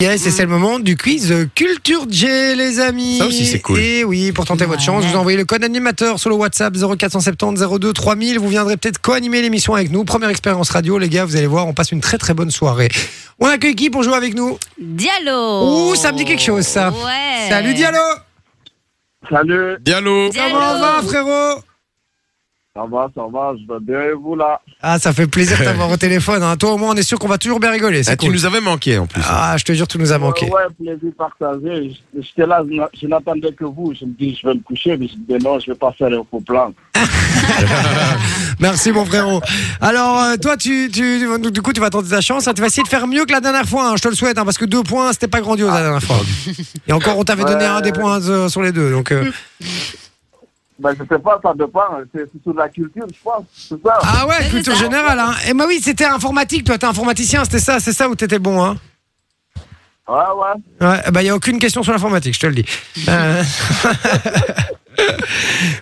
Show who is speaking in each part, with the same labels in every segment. Speaker 1: Yes, et c'est le moment du quiz euh, Culture G, les amis.
Speaker 2: Mm. Ça aussi, c'est cool. Mm.
Speaker 1: Et oui, pour tenter votre chance, vous envoyez le code animateur sur le WhatsApp 0470 02 3000. Vous viendrez peut-être co-animer l'émission avec nous. Première expérience radio, les gars, vous allez voir, on passe une très très bonne soirée. On accueille qui pour jouer avec nous
Speaker 3: Diallo
Speaker 1: Ouh, ça me dit quelque chose, ça.
Speaker 2: Eh.
Speaker 3: Ouais
Speaker 1: Salut Diallo
Speaker 4: Salut,
Speaker 2: Diallo
Speaker 3: Diallo.
Speaker 1: Comment va, frérot
Speaker 4: ça va, ça va, je vais bien et vous là
Speaker 1: Ah, ça fait plaisir de t'avoir au téléphone. hein. Toi, au moins, on est sûr qu'on va toujours bien rigoler.
Speaker 2: Ah,
Speaker 1: C'est
Speaker 2: Tu
Speaker 1: cool.
Speaker 2: nous avais manqué en plus.
Speaker 1: Ah, je te jure, tout nous a manqué.
Speaker 4: Ouais, ouais, plaisir partagé. J- J'étais là, je n'a- je n'attendais que vous. Je me dis, je vais me coucher, mais je me dis, non, je vais pas faire un faux plan.
Speaker 1: Merci mon frérot. Alors euh, toi tu, tu donc, du coup tu vas tenter ta chance, hein. tu vas essayer de faire mieux que la dernière fois, hein. je te le souhaite, hein, parce que deux points c'était pas grandiose la dernière fois. Et encore on t'avait donné
Speaker 4: Ouais.
Speaker 1: un des points euh, sur les deux, donc euh.
Speaker 4: Ben, je sais pas, ça dépend. C'est c'est sur la culture, je pense. C'est ça
Speaker 1: ah ouais
Speaker 3: c'est
Speaker 1: culture
Speaker 3: ça.
Speaker 1: générale. Hein. Et bah oui c'était informatique, toi t'es informaticien, c'était ça, c'est ça où t'étais bon hein.
Speaker 4: Ouais, ouais.
Speaker 1: Ouais, bah il y a aucune question sur l'informatique, je te le dis. Euh.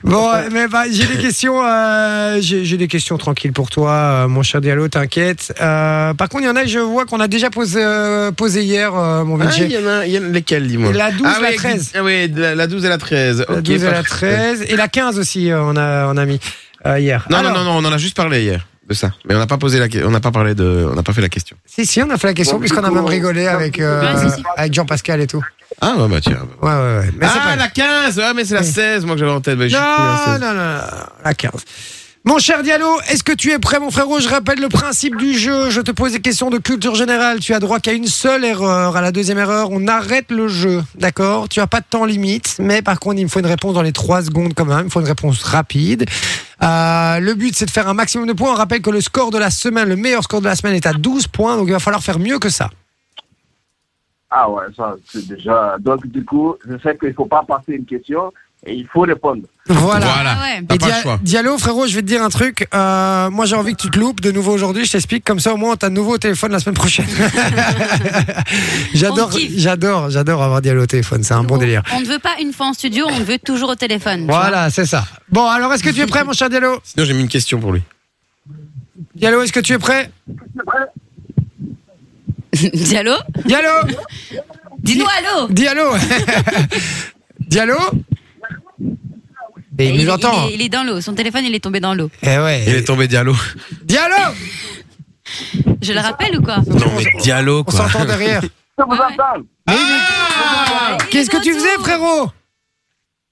Speaker 1: bon, euh, mais bah, j'ai des questions, euh, j'ai j'ai des questions tranquilles pour toi, euh, mon cher Diallo, t'inquiète. Euh, par contre, il y en a, je vois qu'on a déjà posé, euh, posé hier, euh, mon
Speaker 2: Ah,
Speaker 1: budget.
Speaker 2: y en a, y en a lesquels, dis-moi
Speaker 1: La 12,
Speaker 2: ah,
Speaker 1: la
Speaker 2: ouais,
Speaker 1: 13.
Speaker 2: Ah, oui, la, la 12 et la 13.
Speaker 1: La
Speaker 2: ok,
Speaker 1: 12 et la
Speaker 2: parfait.
Speaker 1: 13 et la 15 aussi, euh, on a, on a mis euh, hier.
Speaker 2: Non,
Speaker 1: Alors,
Speaker 2: non, non, non, on en a juste parlé hier de ça. Mais on n'a pas posé la, que- on n'a pas parlé de, on n'a pas fait la question.
Speaker 1: Si, si, on a fait la question,
Speaker 4: Bon,
Speaker 1: puisqu'on a
Speaker 4: du coup,
Speaker 1: même rigolé
Speaker 4: euh,
Speaker 1: avec, euh,
Speaker 3: Ouais, si, si.
Speaker 1: avec Jean-Pascal et tout.
Speaker 2: Ah ouais, bah tiens.
Speaker 1: Ouais, ouais, ouais. Mais c'est pas
Speaker 2: ah la 15, ah mais c'est la
Speaker 1: Oui.
Speaker 2: 16, moi que j'avais en tête. Bah, j'ai pris la
Speaker 1: Non,
Speaker 2: 16.
Speaker 1: non, non, non, la 15. Mon cher Diallo, est-ce que tu es prêt, mon frérot Je rappelle le principe du jeu. Je te pose des questions de culture générale. Tu as droit qu'à une seule erreur. À la deuxième erreur, on arrête le jeu. D'accord Tu as pas de temps limite, mais par contre, il me faut une réponse dans les 3 secondes quand même. Il me faut une réponse rapide. Euh, le but, c'est de faire un maximum de points. On rappelle que le score de la semaine, le meilleur score de la semaine est à 12 points. Donc, il va falloir faire mieux que ça.
Speaker 4: Ah ouais, ça, c'est déjà. Donc, du coup, je sais qu'il faut pas passer une question et il faut répondre.
Speaker 1: Voilà.
Speaker 2: Voilà.
Speaker 3: Ah ouais.
Speaker 2: T'as
Speaker 1: Et
Speaker 2: pas
Speaker 1: Dia-
Speaker 2: le choix.
Speaker 1: Diallo, frérot, je vais te dire un truc. Euh, moi, j'ai envie que tu te loupes de nouveau aujourd'hui. Je t'explique. Comme ça, au moins, t'as de nouveau au téléphone la semaine prochaine. j'adore,
Speaker 3: On kiffe.
Speaker 1: j'adore, j'adore avoir Diallo au téléphone. C'est un bon
Speaker 3: On-
Speaker 1: délire.
Speaker 3: On ne veut pas une fois en studio, on le veut toujours au téléphone. tu vois.
Speaker 1: Voilà, c'est ça. Bon, alors, est-ce que tu es prêt, mon cher Diallo
Speaker 2: Sinon j'ai mis une question pour lui.
Speaker 1: Diallo, est-ce que tu es prêt
Speaker 3: Diallo
Speaker 1: Diallo
Speaker 3: Dis-nous allô
Speaker 1: Diallo Diallo Et il nous entend.
Speaker 3: est- il est dans l'eau, son téléphone il est tombé dans l'eau.
Speaker 1: Eh
Speaker 2: Il est
Speaker 1: ouais.
Speaker 2: tombé Diallo.
Speaker 1: Diallo
Speaker 3: Je le rappelle ou quoi
Speaker 2: Non mais Diallo
Speaker 1: On
Speaker 2: quoi.
Speaker 1: s'entend derrière.
Speaker 4: Je vous
Speaker 3: Ouais.
Speaker 4: entends.
Speaker 2: Ah
Speaker 3: Il est
Speaker 1: Qu'est-ce que
Speaker 3: de
Speaker 1: tu faisais,
Speaker 3: retour.
Speaker 1: frérot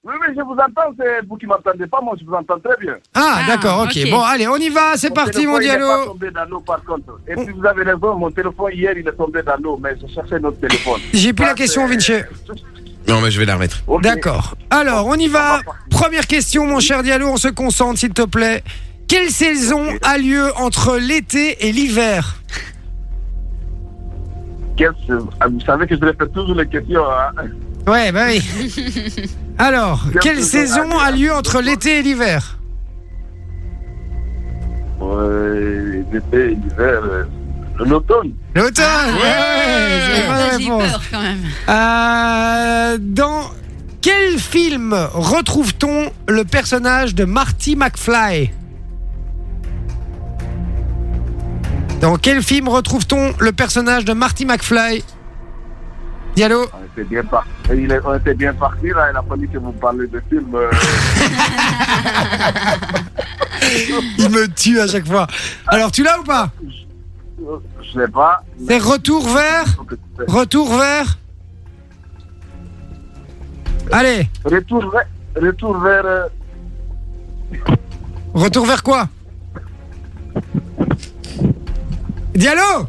Speaker 4: Oui, oui, je vous entends. C'est vous qui m'entendez pas. Moi, je vous entends très bien.
Speaker 1: Ah,
Speaker 3: Ah,
Speaker 1: d'accord, ok.
Speaker 3: ok.
Speaker 1: Bon, allez, on y va. C'est parti, mon
Speaker 4: téléphone, il est pas
Speaker 1: Diallo.
Speaker 4: tombé dans l'eau, par contre. Et puis, vous avez raison, mon téléphone, hier, il est tombé dans l'eau, mais je cherchais notre téléphone.
Speaker 1: J'ai plus la
Speaker 4: Ah,
Speaker 1: question,
Speaker 4: c'est-
Speaker 1: Vinci.
Speaker 2: Non mais je vais la remettre.
Speaker 4: Ok.
Speaker 1: D'accord. Alors, on y va. Première question, mon cher Diallo, on se concentre, s'il te plaît. Quelle saison a lieu entre l'été et l'hiver
Speaker 4: Qu'est-ce que- ah, Vous savez que je répète toujours les questions. hein.
Speaker 1: Ouais, bah oui. Alors,
Speaker 4: Bien
Speaker 1: quelle
Speaker 4: plus
Speaker 1: saison
Speaker 4: agréable.
Speaker 1: a lieu entre l'été et l'hiver
Speaker 4: Ouais, l'été, l'hiver, euh, l'automne.
Speaker 1: L'automne Ouais,
Speaker 2: ouais,
Speaker 1: c'est pas
Speaker 3: Ah,
Speaker 1: la
Speaker 3: J'ai eu
Speaker 1: réponse.
Speaker 3: peur quand même.
Speaker 1: Ah, Euh, dans quel film retrouve-t-on le personnage de Marty McFly Dans quel film retrouve-t-on le personnage de Marty McFly Diallo
Speaker 4: On était bien parti. Il est- on était bien parti là. Il a pas dit que vous parlez de films. euh,
Speaker 1: Il me tue à chaque fois. Alors tu l'as ou pas
Speaker 4: euh, je sais pas. euh,
Speaker 1: C'est retour vers Retour vers Allez,
Speaker 4: Retour vers, retour vers euh,
Speaker 1: retour vers quoi Diallo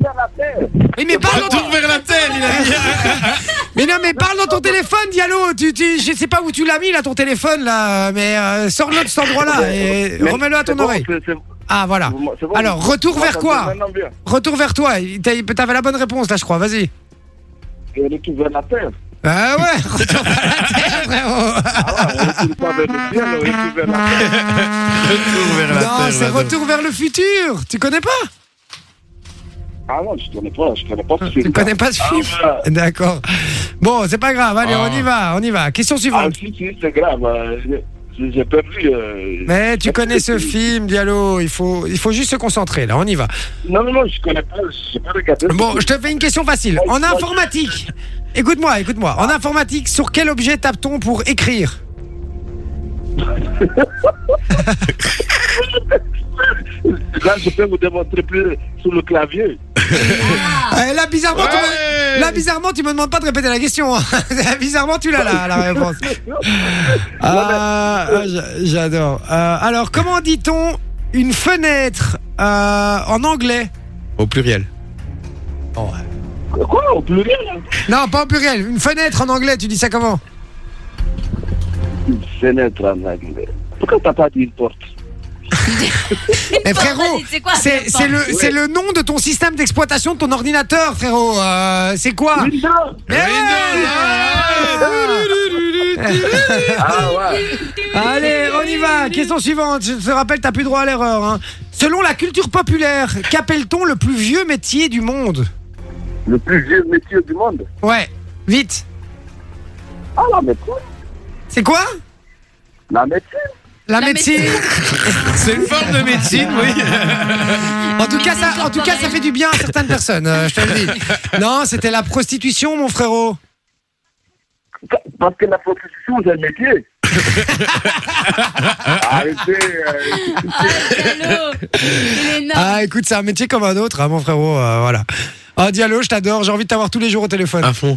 Speaker 4: vers la terre.
Speaker 1: Oui, mais parle dans ton-
Speaker 2: Retourne vers la terre, il a dit.
Speaker 1: Mais non, mais parle dans ton téléphone, Diallo. Tu, tu, je sais pas où tu l'as mis, là, ton téléphone, là. Mais euh, sors-le de cet endroit-là et
Speaker 4: Mais
Speaker 1: remets-le à
Speaker 4: c'est
Speaker 1: ton
Speaker 4: bon,
Speaker 1: oreille.
Speaker 4: c'est- c'est-
Speaker 1: Ah, voilà.
Speaker 4: c'est bon.
Speaker 1: Alors, retour
Speaker 4: Moi,
Speaker 1: vers
Speaker 4: ça me
Speaker 1: quoi
Speaker 4: donne un ambiance.
Speaker 1: Retour vers toi. T'as- T'avais la bonne réponse, là, je crois. Vas-y.
Speaker 4: Et Retour vers la terre.
Speaker 1: Ah ouais, retour vers la terre, frérot.
Speaker 4: Ah ouais, retour pas vers le ciel, retour vers la terre.
Speaker 2: Retourne vers la terre.
Speaker 1: Non, c'est
Speaker 2: madame.
Speaker 1: retour vers le futur. Tu connais pas
Speaker 4: Ah non, je connais pas, je connais pas ce
Speaker 1: Tu
Speaker 4: film.
Speaker 1: connais pas ce film
Speaker 4: Ah,
Speaker 1: D'accord. Bon, c'est pas grave. Allez,
Speaker 2: Ah.
Speaker 1: on y va, on y va. Question
Speaker 4: Ah
Speaker 1: suivante.
Speaker 4: si, si, c'est grave. euh, je je peux plus. euh,
Speaker 1: Mais tu connais ce film, Diallo. Il faut, il faut juste se concentrer. Là, on y va.
Speaker 4: Non, non, non, je connais pas, j'ai pas regardé.
Speaker 1: Bon, je te fais une question facile. En informatique, écoute-moi, écoute-moi.
Speaker 4: Ah.
Speaker 1: En informatique, sur quel objet tape-t-on pour écrire
Speaker 4: Là, je peux vous démontrer plus sur le clavier.
Speaker 1: Eh, Là, bizarrement, tu me... là, bizarrement, tu me demandes pas de répéter la question. hein. bizarrement, tu l'as là, la réponse. Ah, ah, j'a- j'adore. Euh, alors, comment dit-on une fenêtre euh, en anglais
Speaker 2: Au pluriel.
Speaker 4: Quoi, au pluriel hein
Speaker 1: Non, pas en pluriel. Une fenêtre en anglais, tu dis ça comment
Speaker 4: Une fenêtre en anglais. Pourquoi t'as pas dit une porte
Speaker 1: Eh, frérot,
Speaker 3: c'est quoi
Speaker 1: c'est c'est le, c'est le nom de ton système d'exploitation de ton ordinateur, frérot. Euh, c'est quoi
Speaker 4: Windows
Speaker 1: Eh
Speaker 4: Ah ouais
Speaker 1: Allez, on y va. Question suivante. Je te rappelle, t'as plus droit à l'erreur. hein. Selon la culture populaire, qu'appelle-t-on le plus vieux métier du monde
Speaker 4: Le plus vieux métier du monde.
Speaker 1: Ouais, vite.
Speaker 4: Ah, la médecine
Speaker 1: C'est quoi
Speaker 4: La médecine
Speaker 1: la,
Speaker 3: La
Speaker 1: médecine.
Speaker 2: C'est une forme de médecine, oui.
Speaker 1: En tout cas, ça, en tout cas, ça fait du bien à certaines personnes. euh, je te le dis. Non, c'était la prostitution, mon frérot.
Speaker 4: Parce que la prostitution, c'est un métier. Arrêtez euh,
Speaker 3: Ah, Diallo Il est énorme.
Speaker 1: Ah, écoute, c'est un métier comme un autre, hein, mon frérot. euh, voilà. Ah, Diallo, je t'adore. J'ai envie de t'avoir tous les jours au téléphone.
Speaker 2: À fond.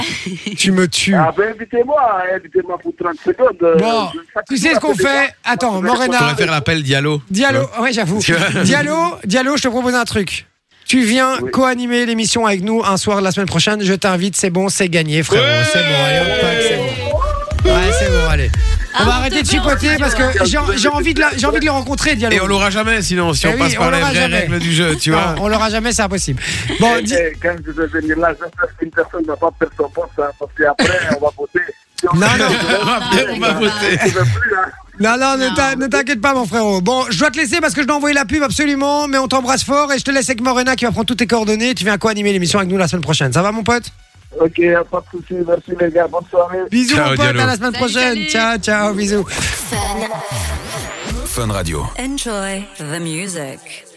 Speaker 1: Tu me tues.
Speaker 4: Ah ben invitez-moi, hein, invitez-moi pour 30 secondes. euh,
Speaker 1: Bon, tu sais ce qu'on fait Attends,
Speaker 2: On
Speaker 1: Morena,
Speaker 2: va faire l'appel Diallo.
Speaker 1: Diallo, ouais, j'avoue.
Speaker 2: Tu vois
Speaker 1: Diallo, Diallo, je te propose un truc. Tu viens
Speaker 4: Oui.
Speaker 1: co-animer l'émission avec nous un soir de la semaine prochaine. Je t'invite, c'est bon, c'est gagné, frérot.
Speaker 2: Ouais.
Speaker 1: c'est bon, allez, on pack, c'est bon. Ouais, c'est bon, allez. On
Speaker 3: Ah,
Speaker 1: va
Speaker 3: on
Speaker 1: arrêter
Speaker 3: te
Speaker 1: de
Speaker 3: fait
Speaker 1: chipoter
Speaker 3: envie, hein.
Speaker 1: parce que j'ai j'ai envie, de la- j'ai envie de le rencontrer, Diallo.
Speaker 2: Et on l'aura jamais sinon, si
Speaker 1: Eh
Speaker 2: on
Speaker 1: oui,
Speaker 2: passe
Speaker 1: on
Speaker 2: par les
Speaker 1: l'aura
Speaker 2: vraies
Speaker 1: jamais.
Speaker 2: règles du jeu, tu vois.
Speaker 1: Ah, on l'aura jamais, c'est impossible. Bon, Di-
Speaker 4: Eh, Quand je vais venir là, j'espère qu'une personne ne va pas perdre son poste, hein, parce qu'après, on va voter. Si on-
Speaker 1: Non,
Speaker 4: si
Speaker 1: non.
Speaker 4: on-
Speaker 2: Après, on va voter.
Speaker 4: si on veut plus, hein.
Speaker 1: non, non, ne
Speaker 3: Non.
Speaker 1: t'in- ne t'inquiète pas, mon frérot. Bon, je dois te laisser parce que je dois envoyer la pub absolument, mais on t'embrasse fort et je te laisse avec Morena qui va prendre toutes tes coordonnées. Tu viens co-animer l'émission avec nous la semaine prochaine. Ça va, mon pote
Speaker 4: Ok, pas de soucis, merci les gars, bonne soirée.
Speaker 1: Bisous,
Speaker 2: Ciao,
Speaker 1: mon pote,
Speaker 2: Diallo.
Speaker 1: à la semaine
Speaker 3: Salut,
Speaker 1: prochaine.
Speaker 3: salut.
Speaker 1: Ciao, ciao, bisous.
Speaker 5: Fun Radio.
Speaker 6: Enjoy the music.